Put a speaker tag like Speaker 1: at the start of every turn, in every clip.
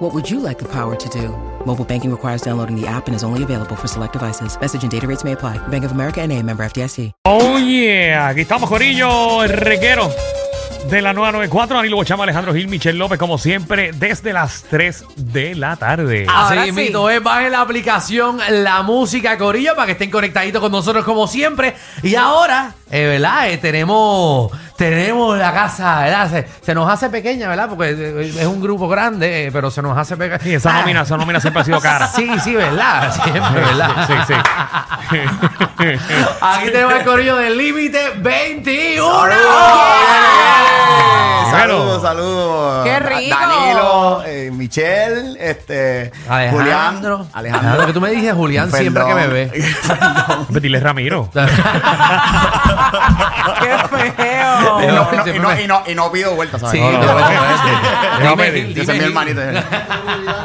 Speaker 1: What would you like the power to do? Mobile banking requires downloading the app and is only available for select devices. Message and data rates may apply. Bank of America and a member FDIC.
Speaker 2: Oh yeah, aquí estamos Corillo, el reguero de la 994, Danilo Bochama, Alejandro Gil, Michel López, como siempre, desde las 3 de la tarde.
Speaker 3: Ahora
Speaker 4: Así mismo es, bajen la aplicación La Música Corillo para que estén conectaditos con nosotros como siempre. Y ahora, eh, ¿verdad? Eh, tenemos, tenemos la casa, ¿verdad? Se, se nos hace pequeña, ¿verdad? Porque eh, es un grupo grande, eh, pero se nos hace pequeña. Ah.
Speaker 2: Sí, esa nómina, esa nómina siempre ha sido cara.
Speaker 4: Sí, sí, ¿verdad? Siempre, ¿verdad?
Speaker 2: Sí, sí.
Speaker 4: Aquí tenemos el Corillo del Límite 21.
Speaker 2: Claro.
Speaker 5: ¡Oh, Saludos, saludos.
Speaker 3: ¡Qué rico!
Speaker 5: Danilo, eh, Michelle, este,
Speaker 4: Alejandro.
Speaker 5: Julián. Alejandro.
Speaker 4: que tú me dices Julián siempre que me ve.
Speaker 5: Perdón.
Speaker 2: Dile Ramiro.
Speaker 3: ¡Qué feo!
Speaker 5: Y no- y no- y no- Y no pido vueltas, ¿sabes?
Speaker 4: Sí,
Speaker 5: No, no,
Speaker 4: no,
Speaker 5: no,
Speaker 4: no,
Speaker 2: Dime,
Speaker 4: Gil,
Speaker 5: Yo soy mi
Speaker 4: dime,
Speaker 5: hermanito.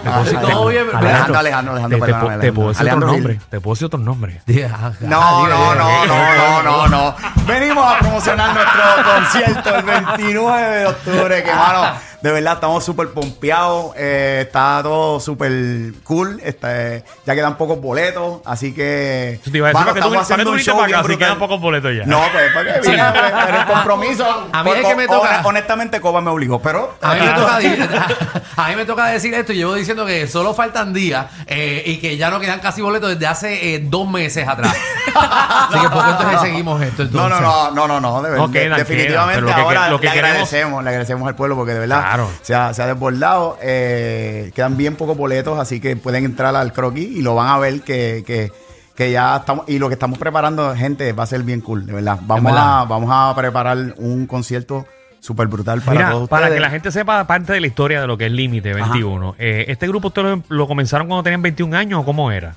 Speaker 4: Ah,
Speaker 2: Te-
Speaker 4: todo
Speaker 2: te-
Speaker 4: bien, pero-
Speaker 5: Alejandro, Alejandro,
Speaker 2: Te,
Speaker 5: Alejandro,
Speaker 2: te,
Speaker 5: perdóname,
Speaker 2: po- te puedo decir
Speaker 5: Alejandro.
Speaker 2: otro
Speaker 5: Alejandro
Speaker 2: nombre.
Speaker 5: Gil.
Speaker 2: Te puedo decir otro nombre.
Speaker 4: Gil. Ah,
Speaker 5: No,
Speaker 4: dime,
Speaker 5: no,
Speaker 4: dime.
Speaker 5: no, no, no, no, no. Venimos a promocionar nuestro concierto el 29 de octubre, que mano, de verdad estamos súper pompeados, eh, está todo súper cool, este, ya quedan pocos boletos, así que...
Speaker 2: Yo te iba a decir
Speaker 5: mano,
Speaker 2: para que tú- para que tú viniste para acá, si
Speaker 5: brutal.
Speaker 2: quedan pocos boletos ya.
Speaker 5: No, pues, porque vine,
Speaker 2: Sí.
Speaker 5: pues, pero el compromiso...
Speaker 4: A mí es
Speaker 5: pues,
Speaker 4: que me
Speaker 5: co-
Speaker 4: toca.
Speaker 5: hon- Honestamente, Coba me obligó, pero...
Speaker 4: A mí, me toca, decir- a mí me toca decir esto y llevo diciendo que solo faltan días eh, y que ya no quedan casi boletos desde hace eh, dos meses atrás. Así que por qué entonces seguimos esto.
Speaker 5: No,
Speaker 4: Entonces?
Speaker 5: no, no, no, no, no, de verdad.
Speaker 2: No quedan,
Speaker 5: definitivamente
Speaker 2: quedan, pero lo que-
Speaker 5: ahora
Speaker 2: lo que
Speaker 5: le
Speaker 2: queremos-
Speaker 5: agradecemos, le agradecemos al pueblo porque de verdad
Speaker 2: Claro.
Speaker 5: se, ha, se ha desbordado. eh, quedan bien pocos boletos, así que pueden entrar al croquis y lo van a ver que, que- que ya estamos. Y lo que estamos preparando, gente, va a ser bien cool, de verdad. Vamos,
Speaker 4: verdad.
Speaker 5: A, vamos a preparar un concierto súper brutal para
Speaker 2: Mira,
Speaker 5: todos
Speaker 2: para
Speaker 5: ustedes.
Speaker 2: que la gente sepa parte de la historia de lo que es Límite 21. eh, ¿Este grupo ustedes lo, lo comenzaron cuando tenían 21 años o cómo era?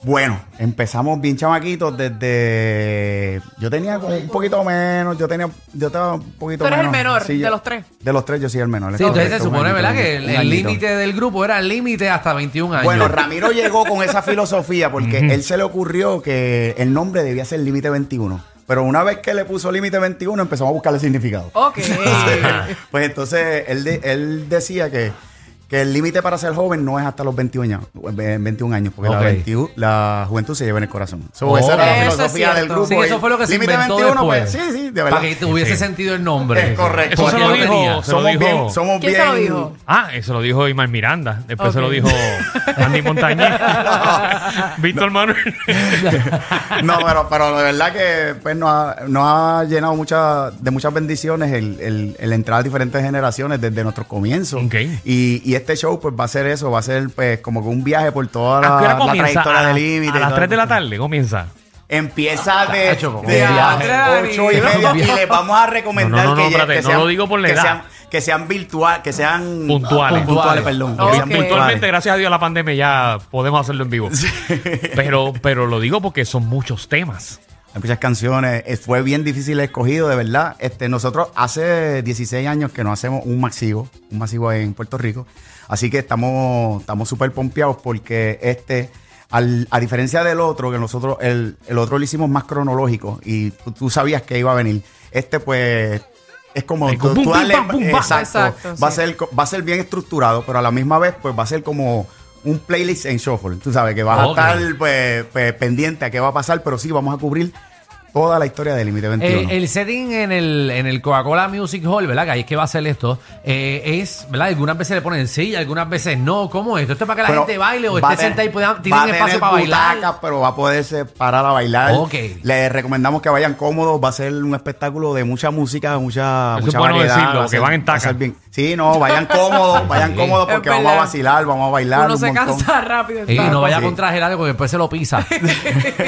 Speaker 5: Bueno, empezamos bien chamaquitos desde. Yo tenía como un poquito menos, yo tenía, yo estaba un poquito
Speaker 3: Tú eres el
Speaker 5: menos.
Speaker 3: menor de
Speaker 5: yo-
Speaker 3: los tres.
Speaker 5: De los tres, yo soy el menor.
Speaker 4: Sí,
Speaker 5: es
Speaker 4: entonces se
Speaker 5: correcto, un
Speaker 4: supone,
Speaker 5: añito,
Speaker 4: ¿verdad? Que
Speaker 5: un
Speaker 4: el- el
Speaker 5: añito.
Speaker 4: límite del grupo era el límite hasta 21 años.
Speaker 5: Bueno, Ramiro llegó con esa filosofía porque él se le ocurrió que el nombre debía ser Límite 21. Pero una vez que le puso Límite 21, empezamos a buscarle significado.
Speaker 3: Ok.
Speaker 5: Pues entonces él, de- él decía que, que el límite para ser joven no es hasta los 21 años, eh, 21 años porque
Speaker 4: Ok.
Speaker 5: la, 21 la juventud se lleva en el corazón. So,
Speaker 4: Oh.
Speaker 5: esa era la
Speaker 3: Eso es
Speaker 5: filosofía del
Speaker 3: cierto.
Speaker 5: grupo.
Speaker 4: Sí, eso fue lo que se
Speaker 5: Límite
Speaker 4: inventó
Speaker 5: 21, pues,
Speaker 4: después.
Speaker 5: sí, sí, de verdad.
Speaker 4: para que tuviese sentido el nombre.
Speaker 5: Es correcto.
Speaker 2: Eso se
Speaker 4: Porque
Speaker 2: lo
Speaker 4: no
Speaker 2: dijo,
Speaker 4: tenía.
Speaker 2: se lo
Speaker 5: somos
Speaker 2: dijo-
Speaker 5: bien, somos
Speaker 3: ¿Quién se
Speaker 5: bien.
Speaker 3: lo dijo?
Speaker 2: Ah, eso lo dijo Imar Miranda. Después se
Speaker 3: Ok.
Speaker 2: lo dijo Andy Montañez. Víctor Manuel.
Speaker 5: No, pero, pero de verdad que pues, nos, ha, nos ha llenado mucha, de muchas bendiciones el, el- el entrar a diferentes generaciones desde nuestros comienzos.
Speaker 2: Ok.
Speaker 5: Y, y este show pues va a ser eso, va a ser pues como que un viaje por toda
Speaker 2: ¿A qué hora
Speaker 5: la, la
Speaker 2: comienza?
Speaker 5: trayectoria
Speaker 2: a,
Speaker 5: de límite.
Speaker 2: a
Speaker 5: y
Speaker 2: las
Speaker 5: todo.
Speaker 2: 3 de la tarde comienza.
Speaker 5: Empieza
Speaker 2: Ah,
Speaker 5: de,
Speaker 4: Tacho, como
Speaker 5: de
Speaker 4: un
Speaker 5: las
Speaker 3: viaje.
Speaker 5: ocho y media y les vamos a recomendar
Speaker 2: No, no, no,
Speaker 5: que, ya-
Speaker 2: espérate,
Speaker 5: que
Speaker 2: no lo digo por la
Speaker 5: que
Speaker 2: edad.
Speaker 5: sean, que sean virtual, que sean
Speaker 2: Puntuales.
Speaker 5: puntuales, perdón, que
Speaker 3: Ok.
Speaker 5: sean
Speaker 2: Virtualmente,
Speaker 5: virtuales.
Speaker 2: gracias a Dios, a la pandemia ya podemos hacerlo en vivo. Pero, pero lo digo porque son muchos temas.
Speaker 5: Hay muchas canciones. eh, Fue bien difícil el escogido, de verdad. Este, nosotros hace 16 años que no hacemos un masivo, un masivo en Puerto Rico. Así que estamos estamos súper pompeados porque este, al- a diferencia del otro, que nosotros, el, el otro lo hicimos más cronológico y tú, tú sabías que iba a venir. Este, pues. Es como
Speaker 2: Es como
Speaker 5: tú- tú
Speaker 2: pum, pum,
Speaker 5: dale-
Speaker 2: pam, pum, pam.
Speaker 5: exacto,
Speaker 3: Exacto,
Speaker 5: va a
Speaker 3: sí.
Speaker 5: ser co- va a ser bien estructurado, pero a la misma vez pues va a ser como un playlist en shuffle, tú sabes que vas
Speaker 4: Ok.
Speaker 5: a estar pues, pues, pendiente a qué va a pasar, pero sí vamos a cubrir toda la historia de Límite 21.
Speaker 4: Eh, el setting en el, en el Coca-Cola Music Hall, ¿verdad? Que ahí es que va a ser esto. eh, es, ¿verdad? Algunas veces le ponen sí, algunas veces no. ¿Cómo es esto? ¿Esto es para que la
Speaker 5: Pero
Speaker 4: gente baile o
Speaker 5: va a
Speaker 4: esté
Speaker 5: tener-
Speaker 4: sentada y puedan,
Speaker 5: va a
Speaker 4: tienen
Speaker 5: tener
Speaker 4: espacio para bailar?
Speaker 5: butacas, pero va a poderse parar a bailar.
Speaker 4: Ok.
Speaker 5: Les recomendamos que vayan cómodos. Va a ser un espectáculo de mucha música, mucha,
Speaker 2: Eso es
Speaker 5: mucha
Speaker 2: bueno
Speaker 5: variedad.
Speaker 2: decirlo,
Speaker 5: va a
Speaker 2: que
Speaker 5: ser-
Speaker 2: van en
Speaker 5: va a ser
Speaker 2: taca.
Speaker 5: bien- Sí, no, vayan cómodos, vayan cómodos
Speaker 3: Es
Speaker 5: porque vamos a
Speaker 3: verdad.
Speaker 5: vacilar, vamos a bailar
Speaker 3: Uno
Speaker 5: un
Speaker 3: se
Speaker 5: montón.
Speaker 3: cansa rápido.
Speaker 4: Y no vaya
Speaker 5: Sí.
Speaker 4: con traje largo que después se lo pisa.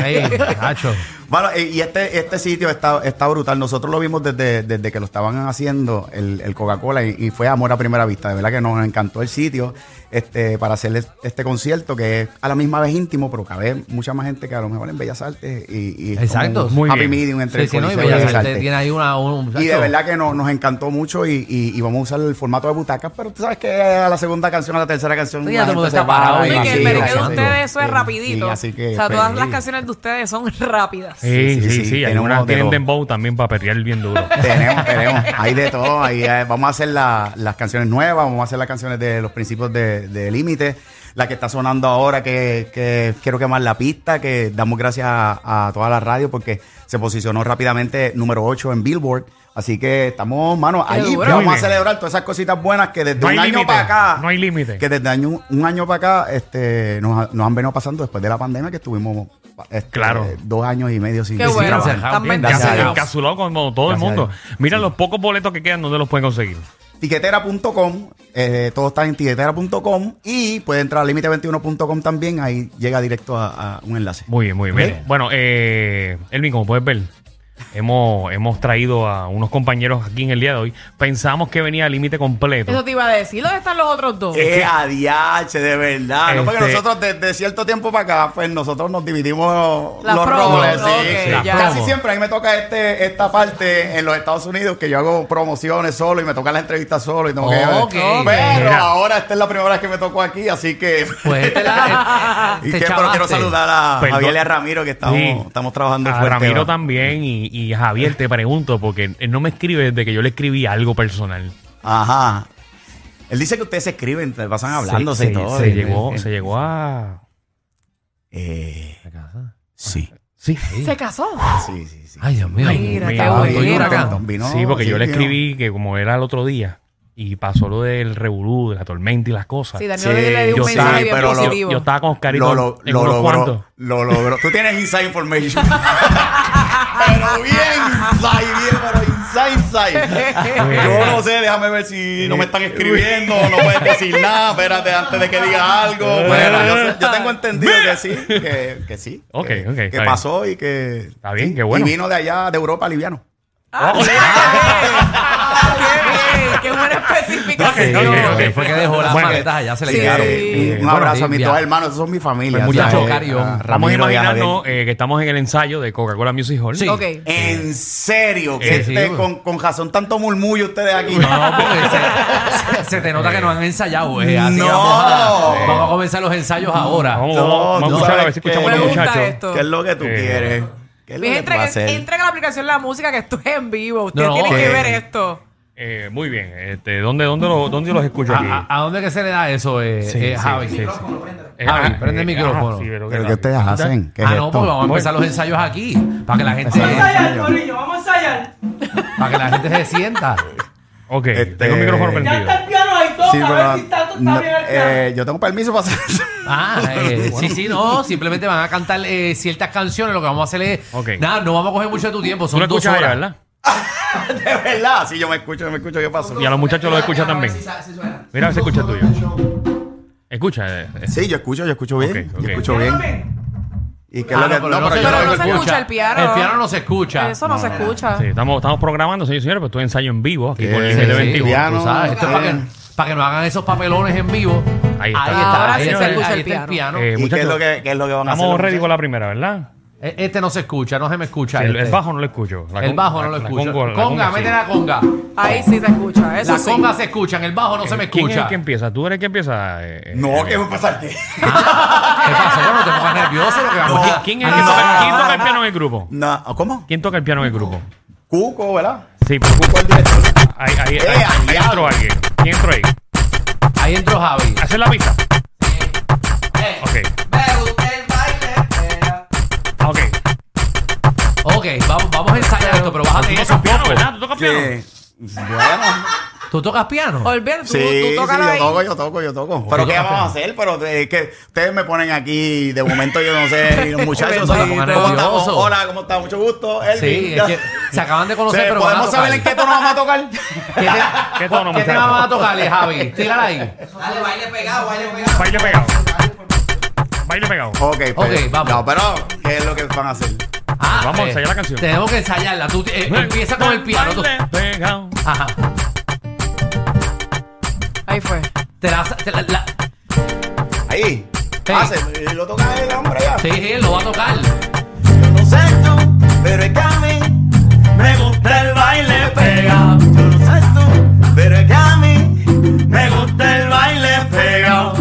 Speaker 4: Ey, Nacho.
Speaker 5: Bueno, eh, y este, este sitio está, está brutal. Nosotros lo vimos desde, desde que lo estaban haciendo el, el Coca-Cola y, y fue amor a primera vista. De verdad que nos encantó el sitio. este, para hacer es- este concierto que es a la misma vez íntimo, pero cabe mucha más gente que a lo mejor en Bellas Artes y, y es
Speaker 4: Exacto.
Speaker 5: como un
Speaker 2: Muy
Speaker 5: happy
Speaker 2: bien.
Speaker 5: medium entre
Speaker 4: Sí,
Speaker 5: el
Speaker 4: sí, no, y
Speaker 5: Coliseo y
Speaker 4: Bellas
Speaker 5: Bellas
Speaker 4: Artes
Speaker 5: Artes.
Speaker 4: tiene ahí una, un,
Speaker 5: Y de verdad que no- nos encantó mucho y, y- y vamos a usar el formato de butacas, pero tú sabes que a la segunda canción, a la tercera canción,
Speaker 4: Sí,
Speaker 5: la
Speaker 4: ya todo el mundo
Speaker 5: gente se
Speaker 4: está
Speaker 5: para
Speaker 4: parado
Speaker 5: y
Speaker 4: ahí,
Speaker 3: Oye, que el
Speaker 5: vacila,
Speaker 4: merengue
Speaker 3: mercado de
Speaker 5: exacto.
Speaker 3: ustedes eso es
Speaker 5: Sí,
Speaker 3: rapidito.
Speaker 5: así que,
Speaker 3: o sea, todas
Speaker 5: pues,
Speaker 3: las
Speaker 5: sí.
Speaker 3: canciones de ustedes son rápidas.
Speaker 2: Sí,
Speaker 5: Sí,
Speaker 2: sí,
Speaker 5: sí,
Speaker 2: sí.
Speaker 5: sí,
Speaker 2: Algunas
Speaker 5: tenemos de
Speaker 2: tienen
Speaker 5: todo.
Speaker 2: dembow también para perrear bien duro.
Speaker 5: Tenemos, tenemos. Hay de todo. Ahí eh, vamos a hacer la- las canciones nuevas, vamos a hacer las canciones de los principios de, de límite. La que está sonando ahora, que, que quiero quemar la pista, que damos gracias a, a toda la radio porque se posicionó rápidamente número 8 en Billboard. Así que estamos, mano,
Speaker 3: Qué
Speaker 5: allí
Speaker 3: duro.
Speaker 5: que vamos
Speaker 2: Muy
Speaker 5: a
Speaker 2: bien.
Speaker 5: celebrar todas esas cositas buenas que desde
Speaker 2: No hay
Speaker 5: un año
Speaker 2: límite,
Speaker 5: para acá.
Speaker 2: no hay límite.
Speaker 5: Que desde año- un año para acá este, nos, ha- nos han venido pasando después de la pandemia que estuvimos este,
Speaker 2: Claro.
Speaker 5: dos años y medio sin,
Speaker 3: Qué
Speaker 5: sin
Speaker 3: bueno.
Speaker 5: trabajar.
Speaker 4: Gracias, Javi.
Speaker 3: Están
Speaker 2: Ya
Speaker 5: Gracias a
Speaker 2: se
Speaker 5: Dios.
Speaker 3: bendecidos.
Speaker 2: encapsuló como todo el
Speaker 5: Gracias a
Speaker 2: mundo.
Speaker 5: Dios.
Speaker 2: Mira los pocos boletos que quedan, ¿dónde los pueden conseguir?
Speaker 5: tiquetera.com. eh, todo está en tiquetera.com y puede entrar a límite21.com también. Ahí llega directo a, a un enlace.
Speaker 2: Muy bien, muy bien. Mira, Bueno, eh, Elvin, como puedes ver, hemos, hemos traído a unos compañeros aquí en el día de hoy. Pensamos que venía al límite completo.
Speaker 3: Eso te iba a decir. ¿Dónde están los otros dos?
Speaker 5: ¡Qué adiache, Eh, de verdad! No, porque
Speaker 2: Este-
Speaker 5: nosotros desde cierto tiempo para acá, pues nosotros nos dividimos
Speaker 3: La
Speaker 5: los
Speaker 3: promo,
Speaker 5: roles. sí.
Speaker 3: ok,
Speaker 5: Sí.
Speaker 3: ya.
Speaker 5: Casi
Speaker 2: Promo.
Speaker 5: siempre a mí me toca este, esta parte en los Estados Unidos que yo hago promociones solo y me toca las entrevistas solo y tengo que...
Speaker 4: Ok.
Speaker 5: Pero
Speaker 2: Mira.
Speaker 5: ahora esta es la primera vez que me tocó aquí, así que...
Speaker 4: Pues te la. este
Speaker 5: Y
Speaker 4: te
Speaker 5: que- pero quiero
Speaker 4: chavaste.
Speaker 5: saludar a
Speaker 2: Perdón.
Speaker 5: Javier y a Ramiro que estamos,
Speaker 2: Sí.
Speaker 5: estamos trabajando
Speaker 2: a
Speaker 5: fuerte.
Speaker 2: Ramiro
Speaker 5: ¿va?
Speaker 2: también y, y Javier te pregunto porque él no me escribe desde que yo le escribí algo personal.
Speaker 5: Ajá. Él dice que ustedes se escriben, te pasan hablándose
Speaker 2: se,
Speaker 5: y todo.
Speaker 2: se
Speaker 5: Y-
Speaker 2: llegó,
Speaker 5: eh,
Speaker 2: se llegó a
Speaker 5: eh, sí.
Speaker 2: sí.
Speaker 3: Se casó.
Speaker 5: Sí, sí, sí.
Speaker 4: Ay, Dios mío.
Speaker 3: Mira,
Speaker 2: qué
Speaker 5: Ah,
Speaker 2: bueno.
Speaker 5: vino,
Speaker 4: Huracán.
Speaker 5: contón, vino,
Speaker 2: sí, porque yo le
Speaker 5: vino.
Speaker 2: escribí que como era el otro día y pasó lo del revolú, de la tormenta y las cosas.
Speaker 3: Sí, Daniel
Speaker 5: Sí,
Speaker 3: le dio
Speaker 5: yo
Speaker 3: un
Speaker 5: sé,
Speaker 3: mensaje bien
Speaker 5: pero lo-
Speaker 3: positivo.
Speaker 2: yo estaba con Oscarito
Speaker 5: Lo, lo,
Speaker 2: en
Speaker 5: lo
Speaker 2: unos cuantos.
Speaker 5: logró. Lo logró. Tú tienes inside information. pero bien inside, bien, pero inside, inside. Yo no sé, déjame ver si no me están escribiendo, no puedes decir nada, espérate antes de que diga algo. Bueno, yo, sé- yo tengo entendido que sí, que, que sí.
Speaker 2: Ok,
Speaker 5: que,
Speaker 2: ok,
Speaker 5: Que
Speaker 2: está
Speaker 5: pasó y que...
Speaker 2: Está bien,
Speaker 5: sí,
Speaker 2: qué bueno.
Speaker 5: Y vino de allá, de Europa, liviano.
Speaker 3: Ah, qué bien, qué buena especificación.
Speaker 2: Ok, ok,
Speaker 4: No,
Speaker 2: ok.
Speaker 4: que Eh, Fue que dejó las
Speaker 2: Bueno,
Speaker 4: maletas allá, se le
Speaker 3: sí.
Speaker 4: quedaron.
Speaker 3: Sí.
Speaker 5: Un
Speaker 4: Bueno,
Speaker 5: abrazo a
Speaker 4: sí,
Speaker 5: mis
Speaker 4: ya.
Speaker 5: dos hermanos, esos son mi familia.
Speaker 4: Pues muchacho,
Speaker 5: ¿sabes?
Speaker 4: Carión.
Speaker 5: Ah,
Speaker 2: Vamos a
Speaker 5: Ramiro y a
Speaker 2: imaginarnos
Speaker 5: Javier.
Speaker 2: eh, que estamos en el ensayo de Coca-Cola Music Hall.
Speaker 4: Sí.
Speaker 3: Ok.
Speaker 5: En serio, que
Speaker 4: Sí, sí,
Speaker 5: este-
Speaker 4: güey.
Speaker 5: con, con razón tanto murmullo ustedes aquí.
Speaker 4: No, porque se, se te nota que no han ensayado. eh, así
Speaker 5: No.
Speaker 4: Vamos a, vamos a comenzar los ensayos ahora.
Speaker 2: Vamos,
Speaker 5: No,
Speaker 2: vamos, vamos a
Speaker 5: tú
Speaker 2: escuchar a
Speaker 5: sabes
Speaker 2: ver si
Speaker 5: que-
Speaker 2: escuchamos a los
Speaker 3: Me gusta
Speaker 2: muchachos.
Speaker 3: esto.
Speaker 5: ¿Qué es lo que tú
Speaker 2: Eh.
Speaker 5: quieres? ¿Qué es lo
Speaker 3: Mi
Speaker 5: que tú vas a
Speaker 3: gente,
Speaker 5: hacer?
Speaker 3: entra en la aplicación La Música, que esto es en vivo. Ustedes
Speaker 4: No,
Speaker 3: tienen
Speaker 4: sí.
Speaker 3: que ver esto.
Speaker 2: Eh, muy bien. Este, ¿dónde, dónde, lo- dónde los escucho aquí?
Speaker 4: ¿A, a- a dónde que se le da eso, eh,
Speaker 2: Sí,
Speaker 4: eh,
Speaker 2: sí,
Speaker 4: Javi?
Speaker 2: sí, sí. Eh,
Speaker 4: Javi,
Speaker 2: ah,
Speaker 4: prende el
Speaker 2: eh,
Speaker 4: micrófono.
Speaker 2: ajá, sí, pero
Speaker 5: ¿Pero
Speaker 2: qué
Speaker 5: qué ustedes
Speaker 2: rápido.
Speaker 5: hacen? ¿Qué
Speaker 4: ah,
Speaker 5: es
Speaker 4: no,
Speaker 5: esto?
Speaker 4: porque vamos a
Speaker 2: Bueno.
Speaker 4: empezar los ensayos aquí. Para que la gente,
Speaker 5: Vamos a ensayar,
Speaker 6: Corillo, vamos a ensayar.
Speaker 4: para que la gente se sienta.
Speaker 2: Ok,
Speaker 5: Este-
Speaker 2: tengo el micrófono
Speaker 6: Ya
Speaker 2: prendido.
Speaker 6: está el piano ahí todo,
Speaker 5: Sí,
Speaker 6: a
Speaker 5: pero-
Speaker 6: ver si tanto está
Speaker 5: no,
Speaker 6: bien el piano.
Speaker 5: eh, yo tengo permiso para hacer eso.
Speaker 4: Ah, eh, sí, sí, no. Simplemente van a cantar eh, ciertas canciones. Lo que vamos a hacer es.
Speaker 2: Ok.
Speaker 4: Nada, no vamos a coger mucho de tu tiempo.
Speaker 2: Tú
Speaker 4: Son
Speaker 2: lo
Speaker 4: dos
Speaker 2: escuchas
Speaker 4: horas.
Speaker 2: allá, ¿verdad?
Speaker 5: De verdad, si yo me escucho, yo me escucho, yo paso.
Speaker 2: Y a los muchachos los escucha también. Mira a ver si escucha el tuyo. Escucha. eh, eh.
Speaker 5: Sí, yo escucho, yo escucho bien.
Speaker 2: Ok, ok.
Speaker 5: Yo escucho bien. ¿Y qué es
Speaker 4: Ah,
Speaker 5: lo que
Speaker 4: no, pero no se-
Speaker 5: yo
Speaker 3: pero
Speaker 5: oigo
Speaker 3: no se
Speaker 5: el-
Speaker 3: escucha el piano.
Speaker 4: El piano no se escucha.
Speaker 3: Eso no, se escucha.
Speaker 2: Sí, estamos, estamos programando, señores y señores, pues tu ensayo en vivo aquí por el
Speaker 5: Sí,
Speaker 4: Sí, sí,
Speaker 2: 721.
Speaker 5: ya.
Speaker 4: tú sabes, esto es para que, para que no hagan esos papelones en vivo.
Speaker 2: Ahí está.
Speaker 3: Ahora
Speaker 4: ahí
Speaker 3: sí se
Speaker 4: está,
Speaker 3: escucha
Speaker 4: ahí
Speaker 3: el
Speaker 4: está el piano.
Speaker 3: piano.
Speaker 2: Eh,
Speaker 5: ¿Y qué es,
Speaker 2: muchachos,
Speaker 5: lo que, qué es lo que van a hacer?
Speaker 2: estamos
Speaker 5: los
Speaker 2: ready
Speaker 5: muchachos?
Speaker 2: con la primera, ¿verdad?
Speaker 4: E- Este no se escucha, no se me escucha.
Speaker 2: Sí, el,
Speaker 4: este.
Speaker 2: el bajo no lo escucho. La
Speaker 4: El
Speaker 2: con-
Speaker 4: bajo
Speaker 2: la-
Speaker 4: no lo
Speaker 2: la
Speaker 4: escucho.
Speaker 2: conga- la
Speaker 4: Conga,
Speaker 2: conga sí.
Speaker 4: mete la conga.
Speaker 3: Ahí sí se escucha. Eso
Speaker 4: La
Speaker 3: sí.
Speaker 4: conga se escucha, en el bajo no se me
Speaker 2: Eh, ¿Quién es el
Speaker 4: escucha.
Speaker 2: que
Speaker 4: ¿Qué
Speaker 2: empieza? ¿Tú eres el que empieza? eh, eh,
Speaker 5: No,
Speaker 2: eh,
Speaker 5: que va a pasar qué?
Speaker 4: pasó? Bueno, te pongas nervioso lo que vamos a Ah,
Speaker 2: ¿Quién es el que toca, quién toca el piano en el grupo?
Speaker 5: No, ¿Cómo?
Speaker 2: ¿Quién toca el piano en el grupo?
Speaker 5: Cuco, ¿verdad?
Speaker 2: Sí, pero
Speaker 5: Cuco el director.
Speaker 2: ahí, ahí,
Speaker 5: Eh,
Speaker 2: ahí- ahí
Speaker 5: diablo.
Speaker 2: entró alguien. ¿Quién entró ahí?
Speaker 4: ah. Ahí entró Javi.
Speaker 2: ¿Hacer la pista? Ok. Ah, Ok.
Speaker 4: Ok, vamos, vamos a ensayar esto, pero
Speaker 2: Tú
Speaker 4: bájate
Speaker 2: tocas
Speaker 4: eso.
Speaker 2: piano, ¿verdad? ¿Tú tocas piano?
Speaker 5: Sí. Bueno.
Speaker 4: ¿Tú tocas piano?
Speaker 3: Olvídate, tú,
Speaker 5: Sí,
Speaker 3: tú
Speaker 5: sí,
Speaker 3: tócala
Speaker 5: yo
Speaker 3: ahí.
Speaker 5: toco, yo toco, yo toco. Pero ¿qué vamos a hacer? Pero eh, que ustedes me ponen aquí, de momento yo no sé, y los muchachos.
Speaker 4: Bendito,
Speaker 5: ¿cómo
Speaker 4: nervioso.
Speaker 5: estamos? Hola, ¿cómo estás? Mucho gusto, Elvin.
Speaker 4: Sí, es
Speaker 5: Ya.
Speaker 4: que se acaban de conocer,
Speaker 5: Sí,
Speaker 4: pero van a
Speaker 5: ¿Podemos
Speaker 4: tocar.
Speaker 5: saber en qué tono vamos a tocar?
Speaker 4: ¿Qué, te,
Speaker 2: ¿Qué tono,
Speaker 4: ¿qué
Speaker 2: muchacho?
Speaker 4: tema van a tocarle, Javi? Tírala ahí.
Speaker 2: Baile pegado. Baile pegado.
Speaker 5: ok, pues,
Speaker 4: Ok, vamos.
Speaker 5: No, pero ¿qué es lo que van a hacer?
Speaker 4: Ah,
Speaker 2: Vamos a ensayar la canción.
Speaker 4: Tenemos que ensayarla. Tú eh, empieza con el piano. tú-
Speaker 2: Baile pegado.
Speaker 4: Ajá.
Speaker 3: Ahí fue.
Speaker 4: Te la, te la- la-
Speaker 5: ahí.
Speaker 4: Sí.
Speaker 5: Hace, lo toca el hombre allá.
Speaker 4: Sí, sí, lo va a tocar.
Speaker 5: Yo no sé tú, pero es que a mí me gusta el baile pegado. Yo no sé tú, pero es que a mí me gusta el baile pegado.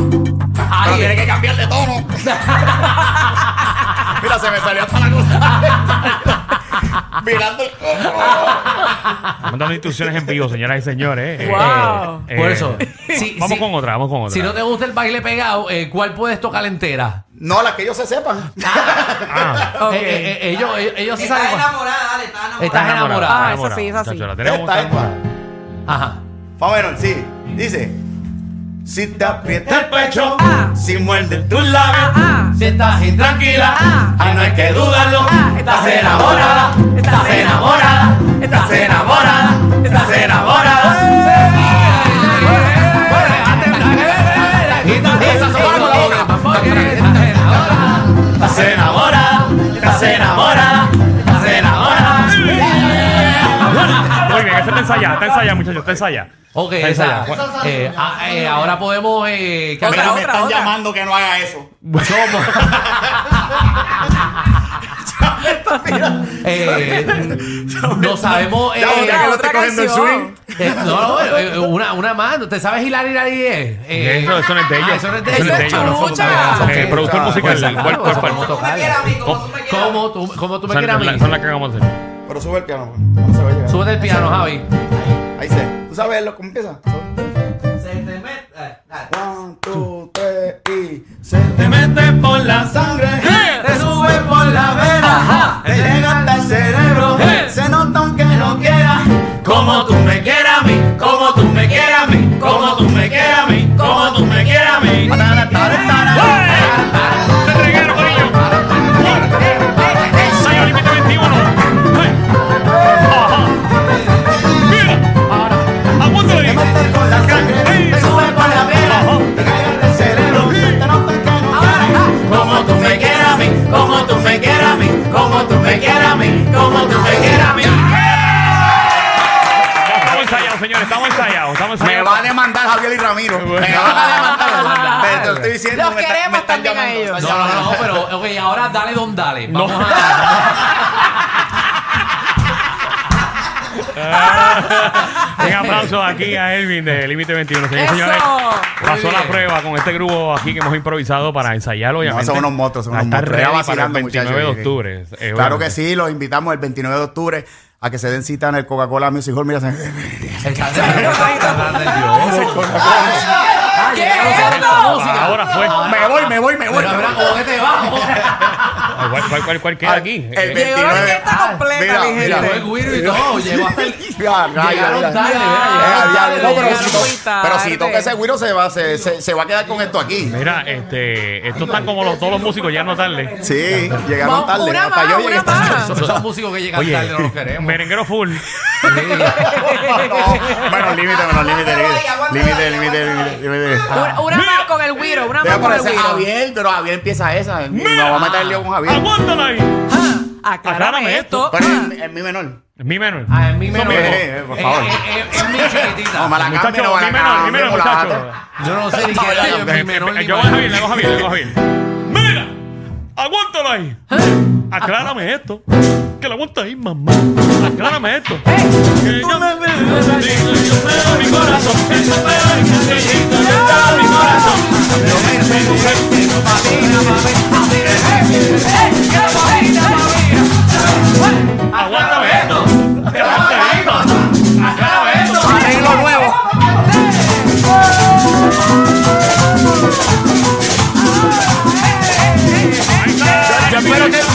Speaker 4: Ahí tiene que cambiar de tono.
Speaker 5: Mira, se me salió hasta la cosa. Mirando el
Speaker 2: Estamos dando instrucciones en vivo, señoras y señores. eh.
Speaker 3: Wow.
Speaker 2: Eh,
Speaker 4: Por
Speaker 2: eh,
Speaker 4: eso. Sí,
Speaker 2: vamos
Speaker 4: sí.
Speaker 2: con otra, vamos con otra.
Speaker 4: Si no te gusta el baile pegado, eh, ¿cuál puedes tocar entera?
Speaker 5: No, las que ellos se sepan.
Speaker 2: Ah,
Speaker 3: Ok.
Speaker 4: Eh, eh, eh, ellos, ellos- ellos sí saben.
Speaker 6: Estás
Speaker 4: cuál-
Speaker 6: enamorada, dale, estás enamorada.
Speaker 4: Estás enamorada.
Speaker 3: Ah, esa sí, esa
Speaker 2: muchacho,
Speaker 3: sí.
Speaker 2: la tenemos,
Speaker 5: Esta es
Speaker 2: estamos-
Speaker 5: pa.
Speaker 4: Ajá.
Speaker 5: Más o menos, sí. Dice. Si te aprieta el pecho,
Speaker 3: Ah.
Speaker 5: si muerden tus labios,
Speaker 3: Ah,
Speaker 4: Si estás intranquila,
Speaker 3: Ah.
Speaker 4: ahí no hay que dudarlo.
Speaker 3: Ah, estás enamorada, estás enamorada, estás enamorada, estás
Speaker 6: Ah.
Speaker 4: Estás enamorada, estás enamorada, estás enamorada.
Speaker 2: Muy bien, esa está ensayada, está ensayada, muchachos, está ensayada.
Speaker 4: Ok,
Speaker 2: Está
Speaker 4: esa.
Speaker 2: ensayada.
Speaker 4: eh, ah, eh, ahora podemos. Eh,
Speaker 3: Otra,
Speaker 5: mira, me
Speaker 3: otra,
Speaker 5: están
Speaker 3: otra.
Speaker 5: llamando que no haga eso.
Speaker 4: ¿Cómo?
Speaker 5: Mira,
Speaker 4: Eh, no sabemos. eh,
Speaker 5: ya otra que no esté
Speaker 3: otra
Speaker 5: cogiendo el swing.
Speaker 3: canción.
Speaker 4: eh, no, no, eh, eh, una, una más. ¿Te sabes hilar, hilar, y eh? eh,
Speaker 2: Eso- eso no es de ellos.
Speaker 4: ah, eso no es de
Speaker 2: Eso
Speaker 4: ellos.
Speaker 2: no es de ellos.
Speaker 4: Ah, no,
Speaker 3: Chucha.
Speaker 4: eso no es de
Speaker 2: Eh,
Speaker 4: ellos.
Speaker 2: productor musical,
Speaker 4: Pues,
Speaker 2: ¿cuál-
Speaker 4: claro,
Speaker 2: cuál
Speaker 4: eso
Speaker 2: falta?
Speaker 4: vamos a
Speaker 6: Como tú me
Speaker 4: tocarle.
Speaker 6: quieras a mí, como tú me quieras.
Speaker 4: ¿Cómo tú, cómo tú me
Speaker 2: Oh, Son-
Speaker 4: quieras a
Speaker 2: son
Speaker 4: mí?
Speaker 2: la- son las que acabamos de hacer.
Speaker 5: Pero sube el piano. pues, No se va a llegar.
Speaker 4: Súbete el piano, Javi.
Speaker 5: Ahí se. ¿Tú sabes lo, cómo empieza?
Speaker 6: Se te mete. eh, dale.
Speaker 5: One, two, three y. Se te mete por la sangre.
Speaker 6: Eh.
Speaker 5: Te sube por la vena. Te llega hasta el cerebro.
Speaker 6: Eh.
Speaker 5: Se nota aunque no quiera. Como tú me quieras a mí. Como tú me quieras a mí. Como tú me quieras a mí. Como tú me quieras a mí.
Speaker 2: ¡Te reguero, corillo! ¡Ensayo límite 21! ¡Hey! ¡Ajá! ¡Bien! ¡Apúntale!
Speaker 5: Te mete por la sangre.
Speaker 2: ¡Ey!
Speaker 5: Te sube por la vena.
Speaker 2: Ajá.
Speaker 5: Te llega hasta el cerebro. Se nota aunque no quiera.
Speaker 7: Como tú me quieras a mí, como tú me quieras a mí, como tú me quieras a mí, como tú me quieras a mí.
Speaker 2: Ya Estamos ensayados, señores, estamos ensayados, estamos
Speaker 5: Me
Speaker 2: ensayados.
Speaker 5: va a demandar Javier y Ramiro. Me van a demandar. Pero te lo estoy diciendo.
Speaker 3: Los
Speaker 5: me está-
Speaker 3: queremos
Speaker 5: me están
Speaker 3: también a
Speaker 5: llamando,
Speaker 3: ellos.
Speaker 4: No,
Speaker 5: me están
Speaker 4: no, no,
Speaker 5: llamando.
Speaker 4: no, pero ok, ahora dale don dale. Vamos a.
Speaker 2: Un aplauso aquí a Elvin de Límite 21. Señores,
Speaker 3: Eso.
Speaker 2: señores, pasó la
Speaker 4: Muy bien.
Speaker 2: prueba con este grupo aquí que hemos improvisado para ensayarlo. obviamente. Ah,
Speaker 5: son unos motos, son unos
Speaker 2: Está
Speaker 5: motos.
Speaker 2: ready
Speaker 5: Ya
Speaker 2: para el
Speaker 5: vacilando,
Speaker 2: 29 de
Speaker 5: muchachos,
Speaker 2: octubre. eh,
Speaker 5: Claro
Speaker 2: obviamente.
Speaker 5: que sí, los invitamos el 29 de octubre a que se den cita en el Coca-Cola Music Hall. Mira, se-
Speaker 2: Ahora fue.
Speaker 5: me voy, me voy, me voy.
Speaker 4: Pero mira, ¿cómo que te vas?
Speaker 2: Ay, ¿Cuál, cuál, cuál, cuál queda
Speaker 5: Ay,
Speaker 2: aquí?
Speaker 5: Ah, el
Speaker 2: Eh,
Speaker 3: Llegó la orquesta completa,
Speaker 5: mira,
Speaker 3: mi
Speaker 4: Llegó
Speaker 5: mira.
Speaker 3: gente.
Speaker 4: el güiro y todo. Llegó hasta el.
Speaker 5: Ya, rayos,
Speaker 4: Llegaron
Speaker 5: ya.
Speaker 4: tarde, mira,
Speaker 5: Ya, ya,
Speaker 4: llegaron
Speaker 5: no,
Speaker 4: tarde,
Speaker 5: pero, si
Speaker 4: llegaron
Speaker 5: to-
Speaker 3: muy tarde.
Speaker 5: pero si toca ese güiro se va, se, se- se va a quedar con esto aquí.
Speaker 2: Mira, este, esto está como los, todos los músicos ya no tarde.
Speaker 5: Sí, llegaron
Speaker 3: Vamos,
Speaker 5: tarde.
Speaker 3: una
Speaker 5: Hasta yo
Speaker 3: más,
Speaker 5: llegué
Speaker 3: una
Speaker 5: tarde.
Speaker 3: más.
Speaker 4: Son- Son músicos que llegan tarde, no los queremos.
Speaker 2: merenguero full.
Speaker 5: No, Menos límite, menos límite, límite. Límite, límite, límite, límite.
Speaker 3: Una- Una más con el Wiro, una más
Speaker 5: Debe
Speaker 3: con el
Speaker 5: aparecer
Speaker 3: Wiro.
Speaker 5: Javier, pero Javier empieza esa.
Speaker 2: Mira.
Speaker 5: No va a meter el lío con Javier.
Speaker 2: ¡Aguántala ahí!
Speaker 3: Ah,
Speaker 2: Aclárame
Speaker 3: Aclárame esto.
Speaker 5: Pero
Speaker 3: Ah.
Speaker 5: es, es mi menor.
Speaker 2: Es mi menor.
Speaker 4: Ah, es mi menor.
Speaker 5: Eh, eh, eh, por favor.
Speaker 4: Eh, eh, eh, Es mi chiquitita.
Speaker 5: No, me la
Speaker 2: Muchacho,
Speaker 5: cambio, no
Speaker 2: mi
Speaker 5: me la
Speaker 2: menor, mi menor,
Speaker 5: cambio. me la
Speaker 2: muchacho.
Speaker 5: cambio.
Speaker 4: Yo no sé ni qué
Speaker 5: Yo
Speaker 4: es mi menor
Speaker 2: Eh,
Speaker 4: ni
Speaker 2: Yo voy a
Speaker 4: mayor.
Speaker 2: Javier, le voy a Javier, le voy a Javier. ¡Mira! ¡Aguántala ahí! Aclárame esto. Que la aguanta ahí, mamá. Aclárame esto. Que yo me veo yo me veo mi corazón. Que yo me veo mi cariñito, yo me veo mi corazón. Aguántame esto. Que la aguanta ahí, mamá. Aclárame esto.
Speaker 5: Arreglo nuevo.
Speaker 2: Ahí está.
Speaker 5: Yo espero que,